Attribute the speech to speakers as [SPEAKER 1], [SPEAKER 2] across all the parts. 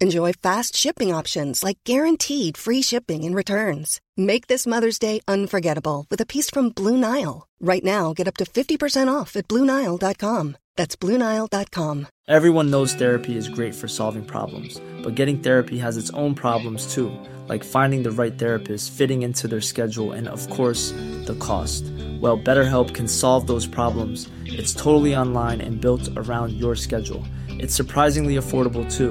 [SPEAKER 1] Enjoy fast shipping options like guaranteed free shipping and returns. Make this Mother's Day unforgettable with a piece from Blue Nile. Right now, get up to 50% off at BlueNile.com. That's BlueNile.com.
[SPEAKER 2] Everyone knows therapy is great for solving problems, but getting therapy has its own problems too, like finding the right therapist, fitting into their schedule, and of course, the cost. Well, BetterHelp can solve those problems. It's totally online and built around your schedule. It's surprisingly affordable too.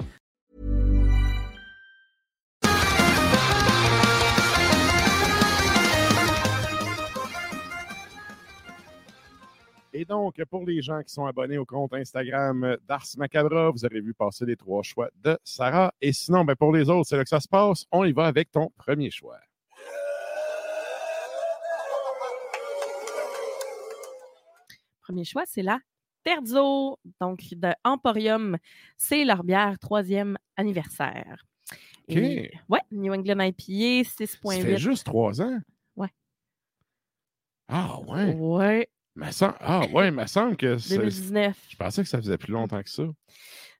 [SPEAKER 3] Et donc, pour les gens qui sont abonnés au compte Instagram d'Ars Macabra, vous avez vu passer les trois choix de Sarah. Et sinon, ben pour les autres, c'est là que ça se passe. On y va avec ton premier choix.
[SPEAKER 4] Premier choix, c'est la Terzo, donc de Emporium. C'est leur bière troisième anniversaire.
[SPEAKER 3] OK.
[SPEAKER 4] Et- ouais, New England IPA,
[SPEAKER 3] Ça
[SPEAKER 4] 6.8.
[SPEAKER 3] fait juste trois ans.
[SPEAKER 4] Ouais.
[SPEAKER 3] Ah ouais.
[SPEAKER 4] Ouais,
[SPEAKER 3] Mais ça, ah ouais, il me semble que c'est. Je
[SPEAKER 4] 2019.
[SPEAKER 3] pensais que ça faisait plus longtemps que ça.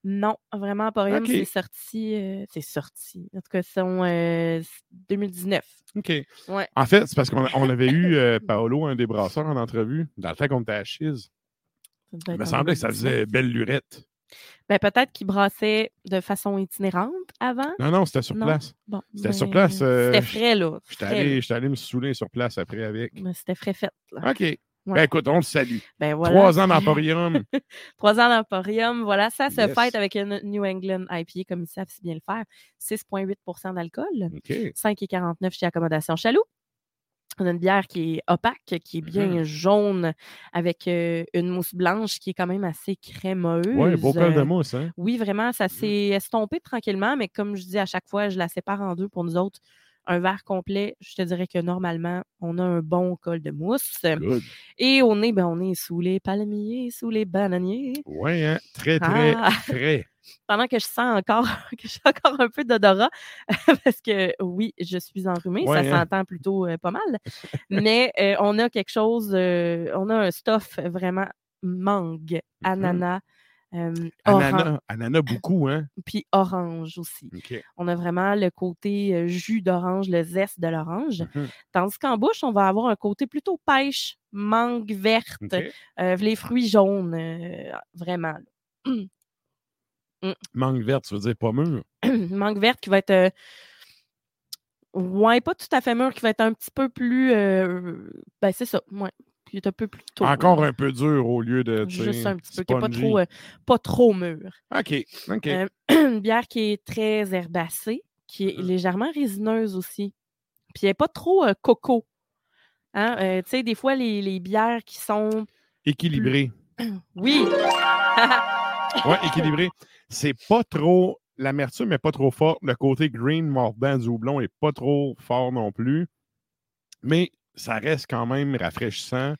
[SPEAKER 4] Non, vraiment, Emporium,
[SPEAKER 3] Ok.
[SPEAKER 4] c'est sorti. euh, c'est sorti. En tout cas, c'est en, euh, 2019.
[SPEAKER 3] OK.
[SPEAKER 4] Ouais.
[SPEAKER 3] En fait, c'est parce qu'on on avait eu euh, Paolo, un des brasseurs, en entrevue, dans le temps qu'on était à Chise.
[SPEAKER 4] Ça doit
[SPEAKER 3] Il me
[SPEAKER 4] être en
[SPEAKER 3] semblait que ça
[SPEAKER 4] 2019.
[SPEAKER 3] faisait belle lurette.
[SPEAKER 4] Ben, peut-être qu'ils brassaient de façon itinérante avant.
[SPEAKER 3] Non, non, c'était sur
[SPEAKER 4] Non.
[SPEAKER 3] place.
[SPEAKER 4] Bon,
[SPEAKER 3] C'était sur
[SPEAKER 4] ben,
[SPEAKER 3] place, euh,
[SPEAKER 4] C'était frais, là.
[SPEAKER 3] J'étais
[SPEAKER 4] frais,
[SPEAKER 3] allé, j'étais allé me saouler sur place après avec.
[SPEAKER 4] là. Mais C'était frais fait. Là.
[SPEAKER 3] OK. Ben écoute, on le salue.
[SPEAKER 4] Ben, voilà.
[SPEAKER 3] Trois ans d'Emporium.
[SPEAKER 4] Trois ans d'Emporium. Voilà, ça se
[SPEAKER 3] Yes.
[SPEAKER 4] fête avec une New England IPA, comme ils savent si bien le faire. 6,8 d'alcool.
[SPEAKER 3] OK.
[SPEAKER 4] 5,49 chez Accommodation Chaloux. On a une bière qui est opaque, qui est bien
[SPEAKER 3] Mhm.
[SPEAKER 4] jaune, avec euh, une mousse blanche qui est quand même assez crémeuse.
[SPEAKER 3] Ouais, beau col de
[SPEAKER 4] Euh,
[SPEAKER 3] mousse, hein?
[SPEAKER 4] Oui, vraiment, ça s'est estompé tranquillement, mais comme je dis à chaque fois, je la sépare en deux pour nous autres. Un verre complet, je te dirais que normalement, on a un bon col de mousse.
[SPEAKER 3] Good.
[SPEAKER 4] Et au nez, ben, on est sous les palmiers, sous les bananiers.
[SPEAKER 3] Ouais, hein? Très, très,
[SPEAKER 4] Ah.
[SPEAKER 3] très.
[SPEAKER 4] Pendant que je sens encore que j'ai encore un peu d'odorat, parce que oui, je suis enrhumée,
[SPEAKER 3] Ouais,
[SPEAKER 4] ça
[SPEAKER 3] hein.
[SPEAKER 4] s'entend plutôt euh, pas mal. Mais euh, on a quelque chose, euh, on a un stuff vraiment mangue, ananas, euh, orange,
[SPEAKER 3] Mmh Ananas, ananas beaucoup, hein?
[SPEAKER 4] puis orange aussi.
[SPEAKER 3] OK.
[SPEAKER 4] On a vraiment le côté euh, jus d'orange, le zeste de l'orange.
[SPEAKER 3] Mhm.
[SPEAKER 4] Tandis qu'en bouche, on va avoir un côté plutôt pêche, mangue verte,
[SPEAKER 3] OK.
[SPEAKER 4] euh, les fruits jaunes, euh, vraiment.
[SPEAKER 3] Mangue verte, ça veut dire pas mûr.
[SPEAKER 4] mangue verte qui va être. euh, ouais, pas tout à fait mûr, qui va être un petit peu plus. euh, ben, c'est ça. Ouais, qui est un peu plus tôt.
[SPEAKER 3] Encore un peu dur au lieu de. tu sais,
[SPEAKER 4] Juste un petit peu, qui n'est pas
[SPEAKER 3] spongy.
[SPEAKER 4] trop, euh, pas trop mûr.
[SPEAKER 3] OK. OK.
[SPEAKER 4] Euh, une bière qui est très herbacée, qui
[SPEAKER 3] Mm-hmm.
[SPEAKER 4] est légèrement résineuse aussi. Puis elle n'est pas trop euh, coco. Hein? euh, tu sais, des fois, les, les bières qui sont.
[SPEAKER 3] équilibré.
[SPEAKER 4] Oui!
[SPEAKER 3] Ouais, équilibré. C'est pas trop. L'amertume est pas trop forte. Le côté green mordant du houblon est pas trop fort non plus. Mais ça reste quand même rafraîchissant.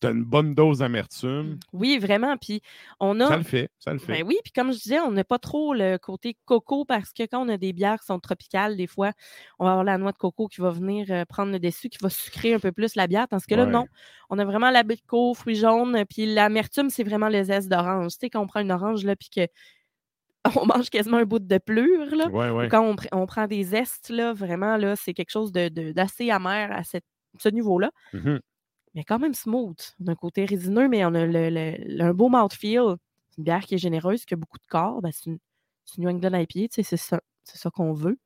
[SPEAKER 3] tu as une bonne dose d'amertume.
[SPEAKER 4] Oui, vraiment. Puis on a.
[SPEAKER 3] Mm. Ça le fait, ça le fait.
[SPEAKER 4] Ben oui, puis comme je disais, on n'a pas trop le côté coco parce que quand on a des bières qui sont tropicales, des fois, on va avoir la noix de coco qui va venir euh, prendre le dessus, qui va sucrer un peu plus la bière. Tandis que là,
[SPEAKER 3] Ouais.
[SPEAKER 4] non. On a vraiment l'abricot, fruits jaunes, puis l'amertume, c'est vraiment le zeste d'orange. Tu sais, quand on prend une orange, là, puis que on mange quasiment un bout de plure, là.
[SPEAKER 3] Ouais, ouais.
[SPEAKER 4] Quand on, pr- on prend des zestes, là, vraiment, là, c'est quelque chose de- de- d'assez amer à cette- ce niveau-là
[SPEAKER 3] Mhm.
[SPEAKER 4] mais quand même smooth. D'un côté résineux, mais on a le, le- le- un beau mouthfeel. C'est une bière qui est généreuse, qui a beaucoup de corps. Ben, c'est une, c'est une New England IPA, tu sais, c'est ça, c'est ça qu'on veut.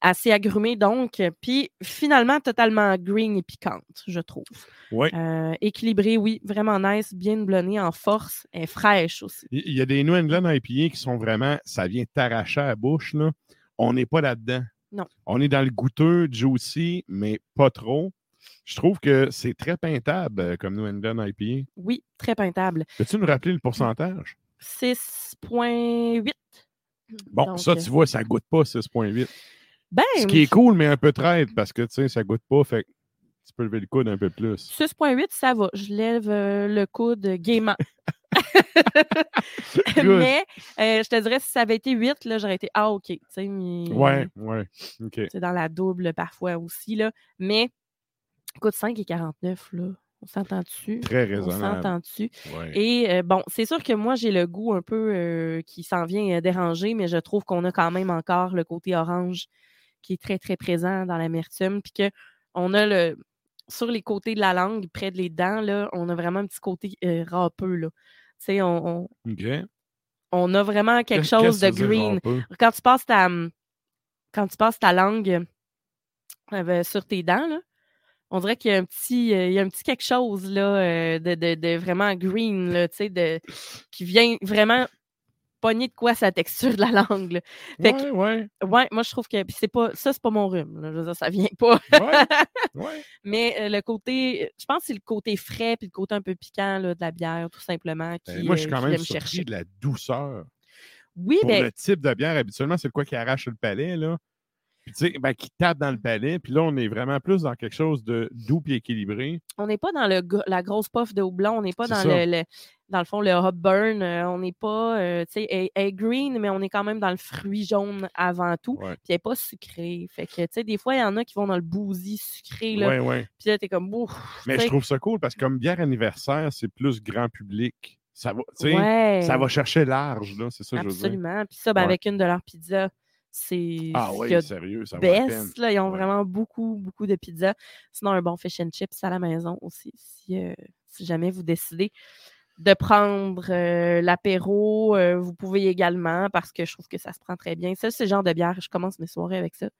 [SPEAKER 4] Assez agrumée, donc. Puis finalement, totalement green et piquante, je trouve.
[SPEAKER 3] Ouais.
[SPEAKER 4] Euh, équilibrée, oui, vraiment nice, bien blonnée, en force, et fraîche aussi.
[SPEAKER 3] Il il y a des New England IPA qui sont vraiment, ça vient t'arracher à la bouche, là. On n'est pas là-dedans.
[SPEAKER 4] Non.
[SPEAKER 3] On est dans le goûteux, juicy, mais pas trop. Je trouve que c'est très peintable euh, comme New England IPA.
[SPEAKER 4] Oui, très peintable.
[SPEAKER 3] Peux-tu nous rappeler le pourcentage?
[SPEAKER 4] 6,8.
[SPEAKER 3] Bon,
[SPEAKER 4] Donc, euh,
[SPEAKER 3] ça, tu vois, ça goûte pas 6.8.
[SPEAKER 4] Ben,
[SPEAKER 3] Ce qui est cool, mais un peu traître, parce que, tu sais, ça goûte pas, fait que tu peux lever le coude un peu plus.
[SPEAKER 4] 6,8, ça va. Je lève euh, le coude gaiement.
[SPEAKER 3] Good.
[SPEAKER 4] mais euh, je te dirais, si ça avait été 8, là, j'aurais été Ah, OK. tu sais, mais-
[SPEAKER 3] Ouais, ouais. OK.
[SPEAKER 4] C'est dans la double parfois aussi. Là. Mais écoute, 5 et 49, là. On s'entend dessus.
[SPEAKER 3] Très
[SPEAKER 4] On
[SPEAKER 3] raisonnable.
[SPEAKER 4] s'entend dessus.
[SPEAKER 3] Ouais.
[SPEAKER 4] Et euh, bon, c'est sûr que moi, j'ai le goût un peu euh, qui s'en vient euh, déranger, mais je trouve qu'on a quand même encore le côté orange qui est très, très présent dans l'amertume. Puis que on a le. Sur les côtés de la langue, près de les dents, là, on a vraiment un petit côté euh, râpeux. Là. Tu sais, on, on-
[SPEAKER 3] OK.
[SPEAKER 4] on a vraiment quelque
[SPEAKER 3] Qu'est-ce que
[SPEAKER 4] chose de
[SPEAKER 3] ça veut dire,
[SPEAKER 4] green.
[SPEAKER 3] râpeux?
[SPEAKER 4] Quand tu passes ta, quand tu passes ta langue euh, euh, sur tes dents, là, on dirait qu'il y a un petit, euh, il y a un petit quelque chose là, euh, de, de- de vraiment green, là, tu sais, de, qui vient vraiment pogner de quoi sa texture de la langue. là. Fait que-
[SPEAKER 3] Ouais, ouais.
[SPEAKER 4] Ouais, moi je trouve que puis c'est pas, ça c'est pas mon rhume. là, je veux dire, ça vient pas.
[SPEAKER 3] Ouais, ouais.
[SPEAKER 4] Mais euh, le côté, je pense que c'est le côté frais puis le côté un peu piquant là, de la bière, tout simplement, qui,
[SPEAKER 3] Ben, moi, je
[SPEAKER 4] euh,
[SPEAKER 3] suis
[SPEAKER 4] qui
[SPEAKER 3] quand
[SPEAKER 4] vient
[SPEAKER 3] même
[SPEAKER 4] me
[SPEAKER 3] surpris
[SPEAKER 4] chercher.
[SPEAKER 3] de la douceur.
[SPEAKER 4] Oui,
[SPEAKER 3] Pour
[SPEAKER 4] ben,
[SPEAKER 3] le type de bière, habituellement, c'est le quoi qui arrache le palais, là. Puis, tu sais, ben, qui tape dans le palais. Puis là, on est vraiment plus dans quelque chose de doux et équilibré.
[SPEAKER 4] on n'est pas dans le, gr- la grosse puff de houblon, on n'est pas
[SPEAKER 3] C'est
[SPEAKER 4] dans
[SPEAKER 3] ça.
[SPEAKER 4] le, le- dans le fond le hop burn, euh, on n'est pas euh, tu sais elle- elle est green mais on est quand même dans le fruit jaune avant tout,
[SPEAKER 3] Ouais.
[SPEAKER 4] puis elle est pas sucrée. Fait que tu sais des fois il y en a qui vont dans le boozy sucré là,
[SPEAKER 3] Ouais, ouais.
[SPEAKER 4] puis là t'es comme ouf.
[SPEAKER 3] Mais
[SPEAKER 4] tu
[SPEAKER 3] je
[SPEAKER 4] sais.
[SPEAKER 3] trouve ça cool parce que comme bière anniversaire, c'est plus grand public. Ça va, tu sais,
[SPEAKER 4] Ouais,
[SPEAKER 3] ça va chercher large, là, c'est ça que je veux dire.
[SPEAKER 4] absolument. Puis ça ben,
[SPEAKER 3] Ouais.
[SPEAKER 4] avec une de leurs pizzas, c'est
[SPEAKER 3] Ah
[SPEAKER 4] ce qu'il y
[SPEAKER 3] oui,
[SPEAKER 4] a de
[SPEAKER 3] sérieux, ça va peine.
[SPEAKER 4] best là, ils ont
[SPEAKER 3] Ouais.
[SPEAKER 4] vraiment beaucoup beaucoup de pizzas. Sinon un bon fish and chips à la maison aussi si euh, si jamais vous décidez de prendre euh, l'apéro, euh, vous pouvez également parce que je trouve que ça se prend très bien. Ça c'est le genre de bière, je commence mes soirées avec ça.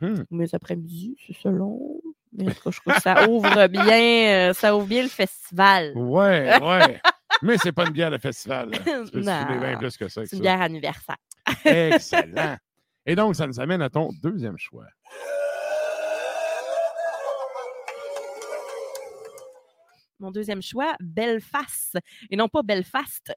[SPEAKER 3] Mhm.
[SPEAKER 4] Ou mes après-midi, c'est selon. Mais en tout cas, je trouve que ça ouvre bien, euh, ça ouvre bien le festival.
[SPEAKER 3] Ouais, ouais. Mais c'est pas une bière de festival. là. Tu peux te
[SPEAKER 4] Non.
[SPEAKER 3] filer bien plus que ça. que
[SPEAKER 4] C'est
[SPEAKER 3] ça.
[SPEAKER 4] une bière anniversaire.
[SPEAKER 3] Excellent. Et donc, ça nous amène à ton deuxième choix.
[SPEAKER 4] Mon deuxième choix, Belfast. Et non pas Belfast.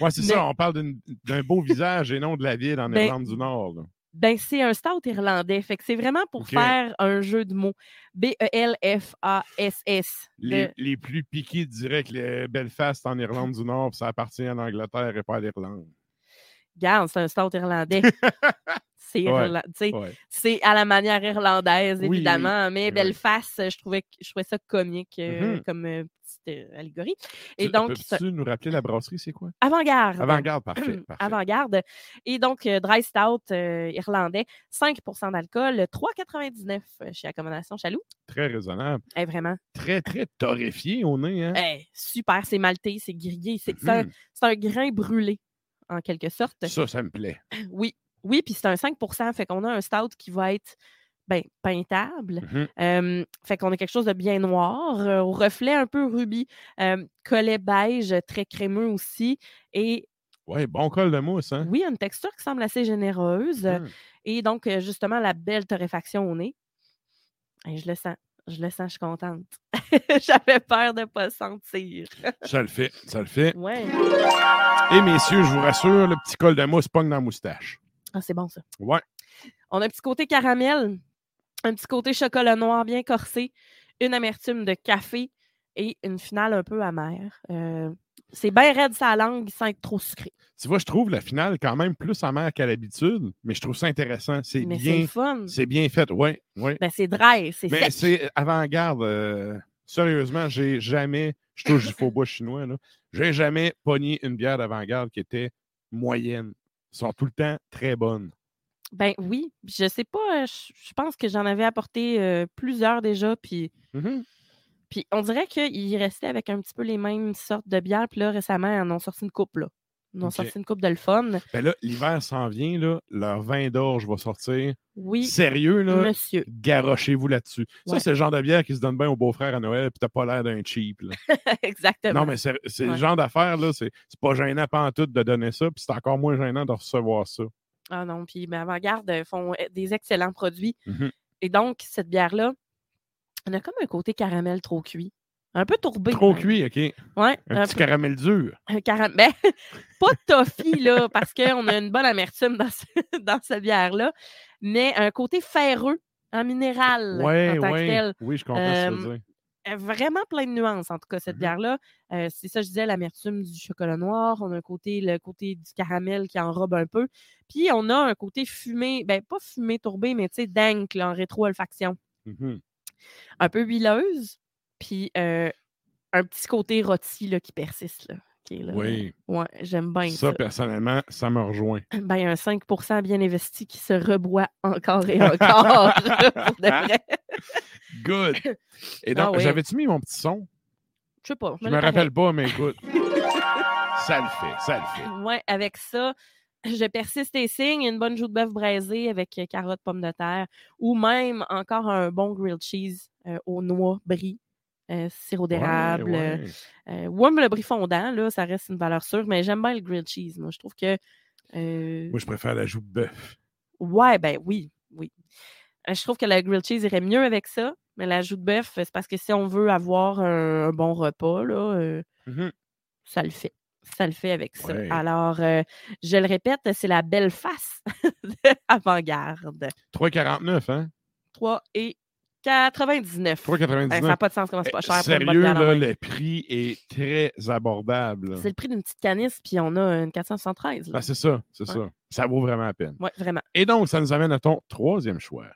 [SPEAKER 3] Ouais, c'est
[SPEAKER 4] Mais-
[SPEAKER 3] ça, on parle d'une- d'un beau visage et non de la ville en
[SPEAKER 4] Ben-
[SPEAKER 3] Irlande du Nord. là.
[SPEAKER 4] Ben, c'est un stout irlandais. Fait que c'est vraiment pour
[SPEAKER 3] Ok.
[SPEAKER 4] faire un jeu de mots. E B-E-L-F-A-S-S.
[SPEAKER 3] Les,
[SPEAKER 4] Le-
[SPEAKER 3] les plus piqués diraient que le Belfast en Irlande du Nord, puis ça appartient à l'Angleterre et pas à l'Irlande.
[SPEAKER 4] Garde, c'est un stout irlandais. c'est
[SPEAKER 3] Ouais,
[SPEAKER 4] irla- tu sais,
[SPEAKER 3] Ouais.
[SPEAKER 4] c'est à la manière irlandaise,
[SPEAKER 3] Oui, oui,
[SPEAKER 4] évidemment. Mais
[SPEAKER 3] oui.
[SPEAKER 4] Belfast, euh, je trouvais, que- je trouvais ça comique euh,
[SPEAKER 3] Mhm.
[SPEAKER 4] comme euh, petite euh, allégorie. Et
[SPEAKER 3] Tu-
[SPEAKER 4] donc,
[SPEAKER 3] Peux-tu
[SPEAKER 4] ça-
[SPEAKER 3] nous rappeler la brasserie, c'est quoi?
[SPEAKER 4] avant-garde.
[SPEAKER 3] Avant-garde, parfait. parfait.
[SPEAKER 4] Avant-garde. Et donc, euh, Dry Stout euh, irlandais, 5 d'alcool, 3,99 euh, chez Accommodation Chaloux.
[SPEAKER 3] Très raisonnable.
[SPEAKER 4] Eh, vraiment,
[SPEAKER 3] Très, très torréfié au nez. Hein?
[SPEAKER 4] eh, super, c'est malté, c'est grillé, c'est c'est un,
[SPEAKER 3] Mhm.
[SPEAKER 4] c'est un grain brûlé, en quelque sorte.
[SPEAKER 3] Ça, ça me plaît.
[SPEAKER 4] Oui, oui, puis c'est un 5 fait qu'on a un stout qui va être ben, peintable.
[SPEAKER 3] Mhm.
[SPEAKER 4] Euh, fait qu'on a quelque chose de bien noir, euh, au reflet un peu rubis, euh, collet beige, très crémeux aussi, et
[SPEAKER 3] Ouais, bon col de mousse, hein?
[SPEAKER 4] oui, une texture qui semble assez généreuse.
[SPEAKER 3] Hum.
[SPEAKER 4] Et donc, euh, justement, la belle torréfaction au nez. Hey, je le sens. Je le sens, je suis contente. J'avais peur de ne pas sentir.
[SPEAKER 3] Ça le fait, ça le fait.
[SPEAKER 4] Ouais.
[SPEAKER 3] Et messieurs, je vous rassure, le petit col de mousse pogne dans la moustache.
[SPEAKER 4] Ah, c'est bon, ça.
[SPEAKER 3] Ouais.
[SPEAKER 4] On a un petit côté caramel, un petit côté chocolat noir bien corsé, une amertume de café et une finale un peu amère. Euh, c'est bien raide sa langue sans être trop sucré.
[SPEAKER 3] Tu vois, je trouve la finale quand même plus amère qu'à l'habitude, mais je trouve ça intéressant. C'est
[SPEAKER 4] Mais c'est
[SPEAKER 3] bien,
[SPEAKER 4] le fun.
[SPEAKER 3] c'est bien fait. Oui, oui.
[SPEAKER 4] Ben, c'est dry, c'est
[SPEAKER 3] Mais
[SPEAKER 4] sec.
[SPEAKER 3] c'est avant-garde. euh, sérieusement, j'ai jamais, je touche du faux bois chinois, là, j'ai jamais pogné une bière d'avant-garde qui était moyenne. Elles sont tout le temps très bonnes.
[SPEAKER 4] Ben oui, puis je sais pas, euh, je je pense que j'en avais apporté euh, plusieurs déjà, puis
[SPEAKER 3] Mhm.
[SPEAKER 4] Mm-hmm. Puis on dirait qu'ils restaient avec un petit peu les mêmes sortes de bières. Puis là, récemment, ils en ont sorti une coupe, là. Ils en ont
[SPEAKER 3] Ok.
[SPEAKER 4] sorti une coupe de le fun.
[SPEAKER 3] Ben là, l'hiver s'en vient, là, leur vin d'orge va sortir.
[SPEAKER 4] Oui,
[SPEAKER 3] Sérieux, là,
[SPEAKER 4] monsieur.
[SPEAKER 3] garochez-vous là-dessus. Ça,
[SPEAKER 4] Ouais.
[SPEAKER 3] c'est le genre de bière qui se donne bien au beau-frère à Noël, puis t'as pas l'air d'un cheap. là.
[SPEAKER 4] Exactement.
[SPEAKER 3] Non, mais c'est c'est le
[SPEAKER 4] Ouais.
[SPEAKER 3] genre d'affaire, là, c'est c'est pas gênant pas en tout de donner ça, puis c'est encore moins gênant de recevoir ça.
[SPEAKER 4] Ah non, puis ben, Avant-Garde euh, font euh, des excellents produits.
[SPEAKER 3] Mhm.
[SPEAKER 4] Et donc, cette bière-là, elle a comme un côté caramel trop cuit. Un peu tourbé.
[SPEAKER 3] Trop
[SPEAKER 4] même.
[SPEAKER 3] cuit, OK?
[SPEAKER 4] Ouais,
[SPEAKER 3] Un petit caramel dur.
[SPEAKER 4] un caram- ben, pas de toffee, là, parce qu'on a une bonne amertume dans, ce- dans cette bière-là, mais un côté ferreux, un minéral
[SPEAKER 3] Ouais,
[SPEAKER 4] en tant que tel.
[SPEAKER 3] ouais. Oui, je comprends ce que tu veux
[SPEAKER 4] Euh,
[SPEAKER 3] dire.
[SPEAKER 4] euh, vraiment plein de nuances, en tout cas, cette
[SPEAKER 3] Mhm.
[SPEAKER 4] bière-là. Euh, c'est ça, je disais, l'amertume du chocolat noir. On a un côté, le côté du caramel qui enrobe un peu. Puis on a un côté fumé, ben pas fumé tourbé, mais tu sais, dank, là, en rétro-olfaction.
[SPEAKER 3] Mhm.
[SPEAKER 4] Un peu huileuse, puis euh, un petit côté rôti là, qui persiste. Là. qui est là.
[SPEAKER 3] Oui.
[SPEAKER 4] Ouais, j'aime bien ça.
[SPEAKER 3] Ça, personnellement, ça me rejoint.
[SPEAKER 4] Ben, un 5 bien investi qui se reboit encore et encore. pour de
[SPEAKER 3] Hein?
[SPEAKER 4] vrai.
[SPEAKER 3] Good. Et donc,
[SPEAKER 4] Ah ouais.
[SPEAKER 3] j'avais-tu mis mon petit son?
[SPEAKER 4] Je sais pas.
[SPEAKER 3] Je me rappelle pas, mais écoute. ça le fait, ça le fait.
[SPEAKER 4] Ouais, avec ça, je persiste et signe une bonne joue de bœuf braisée avec euh, carottes, pommes de terre ou même encore un bon grilled cheese euh, aux noix, brie, euh, sirop
[SPEAKER 3] Ouais,
[SPEAKER 4] d'érable. euh,
[SPEAKER 3] ouais.
[SPEAKER 4] euh, ou même le brie fondant, là, ça reste une valeur sûre, mais j'aime bien le grilled cheese. Moi, je trouve que. euh,
[SPEAKER 3] Moi, je préfère la joue de bœuf.
[SPEAKER 4] ouais, ben oui, oui. Euh, Je trouve que le grilled cheese irait mieux avec ça, mais la joue de bœuf, c'est parce que si on veut avoir un, un bon repas, là, euh,
[SPEAKER 3] Mhm.
[SPEAKER 4] ça le fait. Ça le fait avec ça.
[SPEAKER 3] Ouais.
[SPEAKER 4] Alors, euh, je le répète, c'est la belle face de avant-garde.
[SPEAKER 3] 3,49, hein?
[SPEAKER 4] 3 et 99. Hey, Ben, ça
[SPEAKER 3] 3,99.
[SPEAKER 4] n'a pas de sens comment c'est pas cher pour une
[SPEAKER 3] Eh,
[SPEAKER 4] bonne
[SPEAKER 3] Sérieux,
[SPEAKER 4] bière en
[SPEAKER 3] là,
[SPEAKER 4] main.
[SPEAKER 3] le prix est très abordable.
[SPEAKER 4] C'est le prix d'une petite canisse, puis on a une 473. là.
[SPEAKER 3] Ah, c'est ça, c'est
[SPEAKER 4] Ouais.
[SPEAKER 3] ça. Ça vaut vraiment la peine.
[SPEAKER 4] Ouais, vraiment.
[SPEAKER 3] Et donc, ça nous amène à ton troisième choix.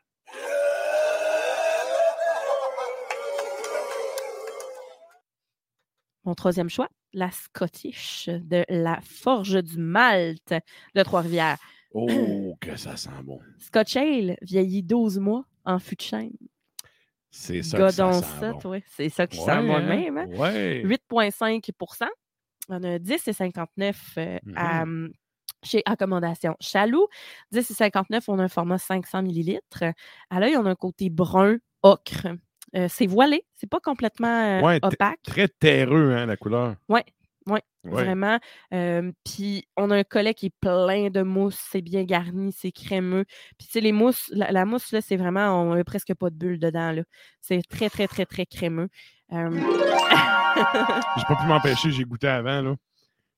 [SPEAKER 4] Mon troisième choix, la Scottish de la Forge du Malte de Trois-Rivières.
[SPEAKER 3] Oh, que ça sent bon.
[SPEAKER 4] Scotch Ale vieillit 12 mois en fût de chêne.
[SPEAKER 3] C'est ça que ça
[SPEAKER 4] Godon
[SPEAKER 3] sent
[SPEAKER 4] ça,
[SPEAKER 3] bon.
[SPEAKER 4] toi. C'est ça qui
[SPEAKER 3] Ouais,
[SPEAKER 4] sent
[SPEAKER 3] hein?
[SPEAKER 4] moi-même. hein.
[SPEAKER 3] Ouais.
[SPEAKER 4] 8,5 On a 10,59 euh,
[SPEAKER 3] Mhm.
[SPEAKER 4] à, hum, chez Accommodation Chaloux. 10,59 on a un format 500 millilitres. À l'œil, on a un côté brun, ocre. Euh, c'est voilé, c'est pas complètement euh,
[SPEAKER 3] Ouais, t-
[SPEAKER 4] opaque,
[SPEAKER 3] Très terreux, hein, la couleur.
[SPEAKER 4] Ouais, ouais,
[SPEAKER 3] Ouais.
[SPEAKER 4] vraiment. Euh, Puis on a un collet qui est plein de mousse, c'est bien garni, c'est crémeux. Puis tu sais, les mousses, la, la mousse, là, c'est vraiment, on a presque pas de bulles dedans. là. C'est très, très, très, très crémeux. Euh,
[SPEAKER 3] J'ai pas pu m'empêcher, j'ai goûté avant, là.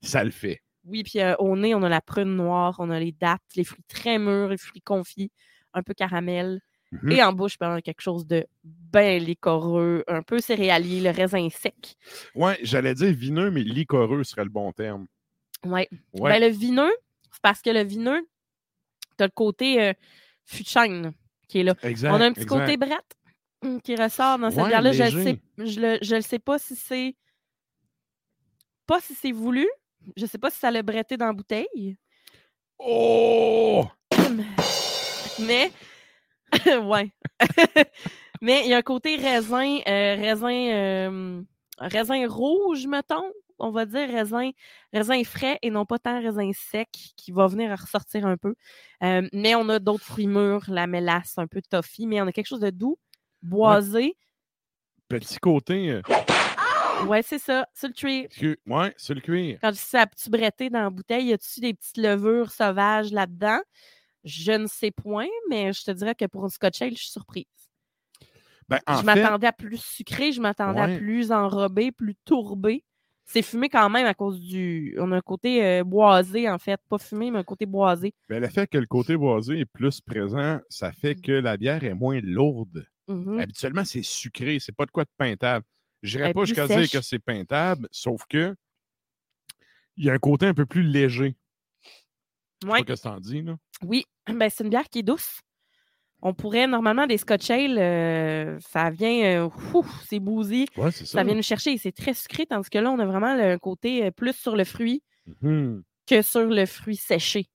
[SPEAKER 3] Ça le fait.
[SPEAKER 4] Oui, puis euh, au nez, on a la prune noire, on a les dattes, les fruits très mûrs, les fruits confits, un peu caramel.
[SPEAKER 3] Mhm.
[SPEAKER 4] Et en bouche, ben, on a quelque chose de bien licoreux, un peu céréalier, le raisin sec.
[SPEAKER 3] Ouais, j'allais dire vineux, mais licoreux serait le bon terme.
[SPEAKER 4] Ouais.
[SPEAKER 3] Ouais.
[SPEAKER 4] Ben, le vineux, c'est parce que le vineux, t'as le côté euh, fût de chêne qui est là.
[SPEAKER 3] exact.
[SPEAKER 4] on a un petit
[SPEAKER 3] exact.
[SPEAKER 4] côté brette hum, qui ressort dans cette
[SPEAKER 3] Ouais,
[SPEAKER 4] bière-là. Je ne
[SPEAKER 3] léger.
[SPEAKER 4] sais, je le, je le sais pas si c'est. Pas si c'est voulu. Je sais pas si ça l'a bretté dans la bouteille.
[SPEAKER 3] Oh!
[SPEAKER 4] Mais, ouais. Mais il y a un côté raisin, euh, raisin, euh, raisin rouge, mettons. On va dire raisin, raisin frais et non pas tant raisin sec qui va venir à ressortir un peu. Euh, mais on a d'autres fruits mûrs, la mélasse, un peu de toffee, mais on a quelque chose de doux, boisé.
[SPEAKER 3] Petit côté. euh,
[SPEAKER 4] Ouais, c'est ça, sultré.
[SPEAKER 3] cu- Ouais, sur le cuir.
[SPEAKER 4] Quand je dis ça, petit bretté dans la bouteille, y a-tu des petites levures sauvages là-dedans? Je ne sais point, mais je te dirais que pour une Scotch Ale, je suis surprise.
[SPEAKER 3] Ben, en
[SPEAKER 4] je
[SPEAKER 3] fait,
[SPEAKER 4] m'attendais à plus sucré, je m'attendais
[SPEAKER 3] Ouais.
[SPEAKER 4] à plus enrobé, plus tourbé. C'est fumé quand même à cause du. On a un côté euh, boisé, en fait. Pas fumé, mais un côté boisé.
[SPEAKER 3] ben, le fait que le côté boisé est plus présent, ça fait que la bière est moins lourde.
[SPEAKER 4] Mhm.
[SPEAKER 3] Mmh Habituellement, c'est sucré, c'est pas de quoi de peintable. Je n'irai
[SPEAKER 4] est
[SPEAKER 3] pas
[SPEAKER 4] plus
[SPEAKER 3] jusqu'à
[SPEAKER 4] sèche.
[SPEAKER 3] dire que c'est peintable, sauf que il y a un côté un peu plus léger. Je
[SPEAKER 4] Ouais.
[SPEAKER 3] sais pas ce que t'en dis, là.
[SPEAKER 4] Oui, ben, c'est une bière qui est douce. On pourrait, normalement, des Scotch Ale, euh, ça vient, euh, ouf, c'est bousy,
[SPEAKER 3] Ouais, c'est ça.
[SPEAKER 4] ça vient nous chercher, c'est très sucré, tandis que là, on a vraiment le- un côté euh, plus sur le fruit
[SPEAKER 3] Mhm,
[SPEAKER 4] que sur le fruit séché.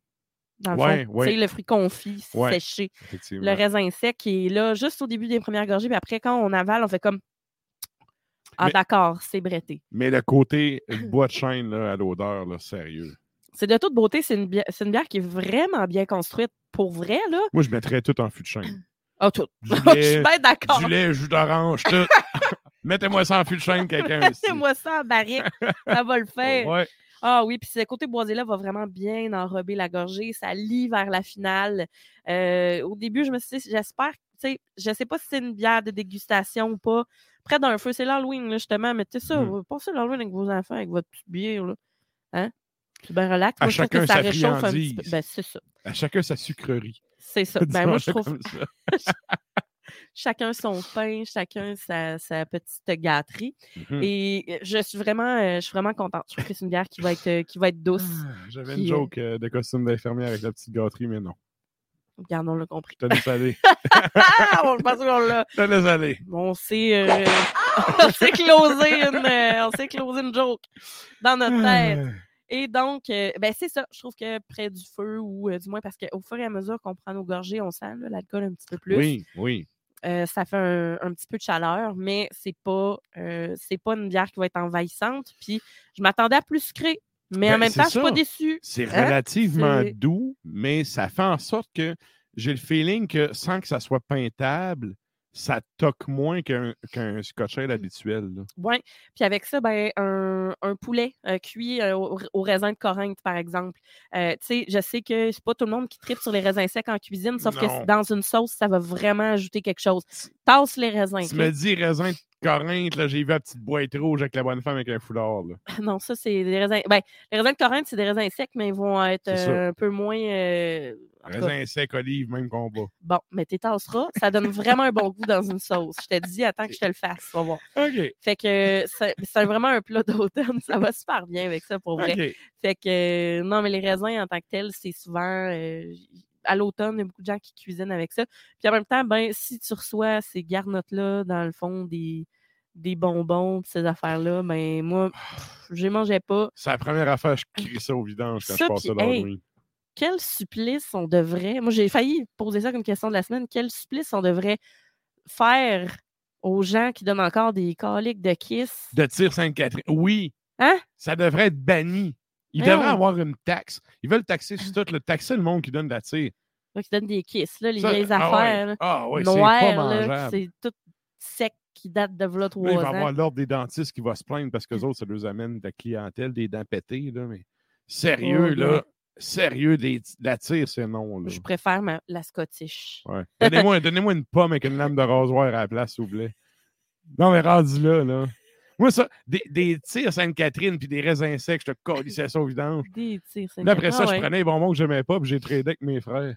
[SPEAKER 4] Dans le fond.
[SPEAKER 3] Ouais, ouais.
[SPEAKER 4] Tu sais, le fruit confit,
[SPEAKER 3] Ouais,
[SPEAKER 4] séché,
[SPEAKER 3] effectivement.
[SPEAKER 4] le raisin sec qui est là juste au début des premières gorgées, puis après, quand on avale, on fait comme Ah,
[SPEAKER 3] Mais-
[SPEAKER 4] d'accord, c'est bretté.
[SPEAKER 3] Mais le côté bois de chêne là, à l'odeur, là, sérieux.
[SPEAKER 4] C'est de toute beauté, c'est une, bière, c'est une bière qui est vraiment bien construite pour vrai, là.
[SPEAKER 3] Moi, je mettrais tout en fût de chêne.
[SPEAKER 4] Ah, tout.
[SPEAKER 3] Du
[SPEAKER 4] Je suis
[SPEAKER 3] lait,
[SPEAKER 4] bien d'accord.
[SPEAKER 3] du lait, jus d'orange, tout. Mettez-moi ça en fût de chêne, quelqu'un. ici.
[SPEAKER 4] Mettez-moi ça en barrique, ça va le faire.
[SPEAKER 3] Ouais.
[SPEAKER 4] Ah oui, puis ce côté boisé-là va vraiment bien enrober la gorgée, ça lie vers la finale. Euh, au début, je me suis dit, j'espère, tu sais, je sais pas si c'est une bière de dégustation ou pas. Près d'un feu, c'est l'Halloween, là, justement, mais tu sais ça,
[SPEAKER 3] Mhm.
[SPEAKER 4] vous passez l'Halloween avec vos enfants, avec votre petite bière, là. Hein? C'est bien relax.
[SPEAKER 3] À
[SPEAKER 4] Moi, je trouve
[SPEAKER 3] chacun
[SPEAKER 4] que ça
[SPEAKER 3] sa
[SPEAKER 4] réchauffe un petit peu.
[SPEAKER 3] friandise.
[SPEAKER 4] Ben, c'est ça.
[SPEAKER 3] À chacun sa sucrerie.
[SPEAKER 4] C'est ça. Ben, moi, je
[SPEAKER 3] Disons-le
[SPEAKER 4] trouve
[SPEAKER 3] comme ça.
[SPEAKER 4] chacun son pain, chacun sa, sa petite gâterie.
[SPEAKER 3] Mhm.
[SPEAKER 4] Et euh, je suis vraiment, euh, je suis vraiment contente. Je trouve que c'est une bière qui va être, euh, qui va être douce.
[SPEAKER 3] Ah, J'avais
[SPEAKER 4] Puis,
[SPEAKER 3] une
[SPEAKER 4] euh,
[SPEAKER 3] joke euh, de costume d'infirmière avec la petite gâterie, mais non.
[SPEAKER 4] Regarde, on l'a compris.
[SPEAKER 3] Je te laisse aller.
[SPEAKER 4] Ah, on, je pense qu'on l'a.
[SPEAKER 3] Je te laisse aller.
[SPEAKER 4] Bon, on s'est, euh, on s'est closé une, euh, on s'est closé une joke dans notre
[SPEAKER 3] Ah.
[SPEAKER 4] tête. Et donc, euh, ben c'est ça. Je trouve que près du feu ou euh, du moins parce qu'au fur et à mesure qu'on prend nos gorgées, on sent là, l'alcool un petit peu plus.
[SPEAKER 3] Oui, oui.
[SPEAKER 4] Euh, ça fait un, un petit peu de chaleur, mais c'est pas euh, c'est pas une bière qui va être envahissante. Puis je m'attendais à plus sucré, mais en
[SPEAKER 3] Ben,
[SPEAKER 4] même
[SPEAKER 3] c'est
[SPEAKER 4] temps, je suis
[SPEAKER 3] ça.
[SPEAKER 4] pas déçue.
[SPEAKER 3] C'est
[SPEAKER 4] Hein?
[SPEAKER 3] relativement
[SPEAKER 4] C'est-
[SPEAKER 3] doux, mais ça fait en sorte que j'ai le feeling que sans que ça soit peintable, ça toque moins qu'un qu'un scotch ale habituel. là.
[SPEAKER 4] Ouais. Puis avec ça, ben, un, un poulet euh, cuit euh, au, au raisin de Corinthe, par exemple. Euh, tu sais, je sais que c'est pas tout le monde qui tripe sur les raisins secs en cuisine, sauf que
[SPEAKER 3] Non.
[SPEAKER 4] dans une sauce, ça va vraiment ajouter quelque chose. Tasse les raisins.
[SPEAKER 3] Tu me dis raisin de Corinthe, là, j'ai vu la petite boîte rouge avec la bonne femme avec un foulard. là.
[SPEAKER 4] Non, ça, c'est des raisins. Ben, les raisins de Corinthe, c'est des raisins secs, mais ils vont être
[SPEAKER 3] C'est ça.
[SPEAKER 4] euh, un peu moins. euh, en tout cas,
[SPEAKER 3] Raisin sec, olive, même combat.
[SPEAKER 4] Bon, mais t'es tasseras, ça donne vraiment un bon goût dans une sauce. Je te dis, attends que je te le fasse, tu vas voir.
[SPEAKER 3] OK.
[SPEAKER 4] Fait que c'est c'est vraiment un plat d'automne, ça va super bien avec ça pour vrai.
[SPEAKER 3] OK.
[SPEAKER 4] Fait que euh, non, mais les raisins en tant que tels, c'est souvent euh, à l'automne, il y a beaucoup de gens qui cuisinent avec ça. Puis en même temps, ben, si tu reçois ces garnottes-là, dans le fond, des, des bonbons, pis ces affaires-là, ben moi, pff, je les mangeais pas.
[SPEAKER 3] C'est la première affaire, je crie ça au vidange quand
[SPEAKER 4] Ça,
[SPEAKER 3] je passe ça
[SPEAKER 4] puis, hey, Quel supplice on devrait. Moi, j'ai failli poser ça comme question de la semaine. Quel supplice on devrait faire aux gens qui donnent encore des coliques de kiss?
[SPEAKER 3] De tir Sainte-Catherine. Oui.
[SPEAKER 4] Hein?
[SPEAKER 3] Ça devrait être banni. Ils
[SPEAKER 4] Voyons.
[SPEAKER 3] devraient avoir une taxe. Ils veulent taxer sur tout, le taxer le monde qui donne de la tire.
[SPEAKER 4] Là, qui donnent des kisses, là, les
[SPEAKER 3] Ça,
[SPEAKER 4] vieilles
[SPEAKER 3] ah ouais.
[SPEAKER 4] affaires là,
[SPEAKER 3] Ah oui, c'est pas
[SPEAKER 4] noires, là,
[SPEAKER 3] mangeable.
[SPEAKER 4] c'est tout sec qui date de v'là
[SPEAKER 3] Là,
[SPEAKER 4] trois
[SPEAKER 3] il va y
[SPEAKER 4] ans. Hum.
[SPEAKER 3] avoir l'ordre des dentistes qui va se plaindre parce qu'eux autres, ça leur amène de la clientèle, des dents pétées. Là, mais sérieux,
[SPEAKER 4] Oh, ouais.
[SPEAKER 3] là. Sérieux, des, la tire, c'est non. là.
[SPEAKER 4] Je préfère ma- la scottish.
[SPEAKER 3] Ouais. Donnez-moi donnez-moi une pomme avec une lame de rasoir à la place, s'il vous plaît. Non, mais rendu là, là. Moi, ça, des, des tirs Sainte-Catherine puis des raisins secs, je te colissais ça au vidange.
[SPEAKER 4] Des tirs, c'est
[SPEAKER 3] Là, après
[SPEAKER 4] une-
[SPEAKER 3] ça,
[SPEAKER 4] Ah
[SPEAKER 3] je
[SPEAKER 4] ouais.
[SPEAKER 3] prenais les bonbons que j'aimais pas puis j'ai tradé avec mes frères.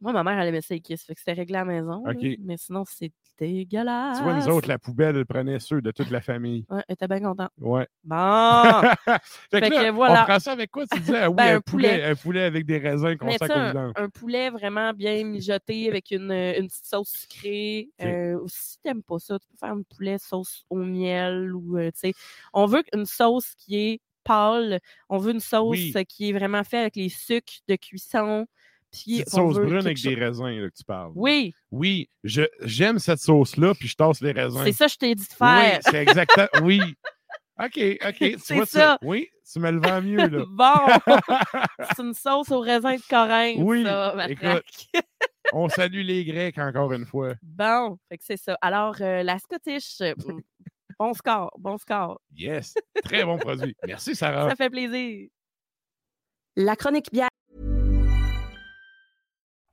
[SPEAKER 4] Moi, ma mère, elle aimait ça les kisses, fait que c'était réglé à la maison. là.
[SPEAKER 3] Ok.
[SPEAKER 4] Mais sinon, c'est dégueulasse.
[SPEAKER 3] Tu vois, nous autres, la poubelle, elle prenait ceux de toute la famille.
[SPEAKER 4] Ouais, elle était bien contente.
[SPEAKER 3] Ouais.
[SPEAKER 4] Bon!
[SPEAKER 3] fait que
[SPEAKER 4] Ah! Fait
[SPEAKER 3] là,
[SPEAKER 4] que voilà.
[SPEAKER 3] on prend ça avec quoi? Tu disais, ah oui,
[SPEAKER 4] Ben,
[SPEAKER 3] un,
[SPEAKER 4] un
[SPEAKER 3] poulet.
[SPEAKER 4] poulet.
[SPEAKER 3] Un poulet avec des raisins qu'on
[SPEAKER 4] Mais
[SPEAKER 3] sac
[SPEAKER 4] ça,
[SPEAKER 3] au
[SPEAKER 4] un,
[SPEAKER 3] vidange.
[SPEAKER 4] un poulet vraiment bien mijoté avec une, euh, une petite sauce sucrée.
[SPEAKER 3] Ok.
[SPEAKER 4] Euh, ou si t'aimes pas ça, tu peux faire une poulet sauce au miel ou euh, tu sais. On veut une sauce qui est pâle. On veut une sauce
[SPEAKER 3] Oui.
[SPEAKER 4] euh, qui est vraiment faite avec les sucres de cuisson. Puis
[SPEAKER 3] Petite
[SPEAKER 4] on
[SPEAKER 3] sauce
[SPEAKER 4] veut
[SPEAKER 3] brune
[SPEAKER 4] quelque
[SPEAKER 3] avec
[SPEAKER 4] chose-
[SPEAKER 3] des raisins là, que tu parles.
[SPEAKER 4] Oui,
[SPEAKER 3] Oui, je- j'aime cette sauce-là, puis je tasse les raisins.
[SPEAKER 4] c'est ça que je t'ai dit de faire.
[SPEAKER 3] Oui, c'est exactement. oui. OK, OK. tu
[SPEAKER 4] C'est
[SPEAKER 3] vois, tu-
[SPEAKER 4] ça.
[SPEAKER 3] oui, tu me le vends mieux, là.
[SPEAKER 4] bon, c'est une sauce au raisin de Corinthe,
[SPEAKER 3] Oui,
[SPEAKER 4] ça, ma
[SPEAKER 3] écoute.
[SPEAKER 4] traque.
[SPEAKER 3] On salue les Grecs encore une fois.
[SPEAKER 4] Bon, fait que c'est ça. Alors, euh, la Scottish, euh, bon score, bon score.
[SPEAKER 3] Yes. Très bon produit. Merci, Sarah.
[SPEAKER 4] Ça fait plaisir.
[SPEAKER 5] La chronique bière.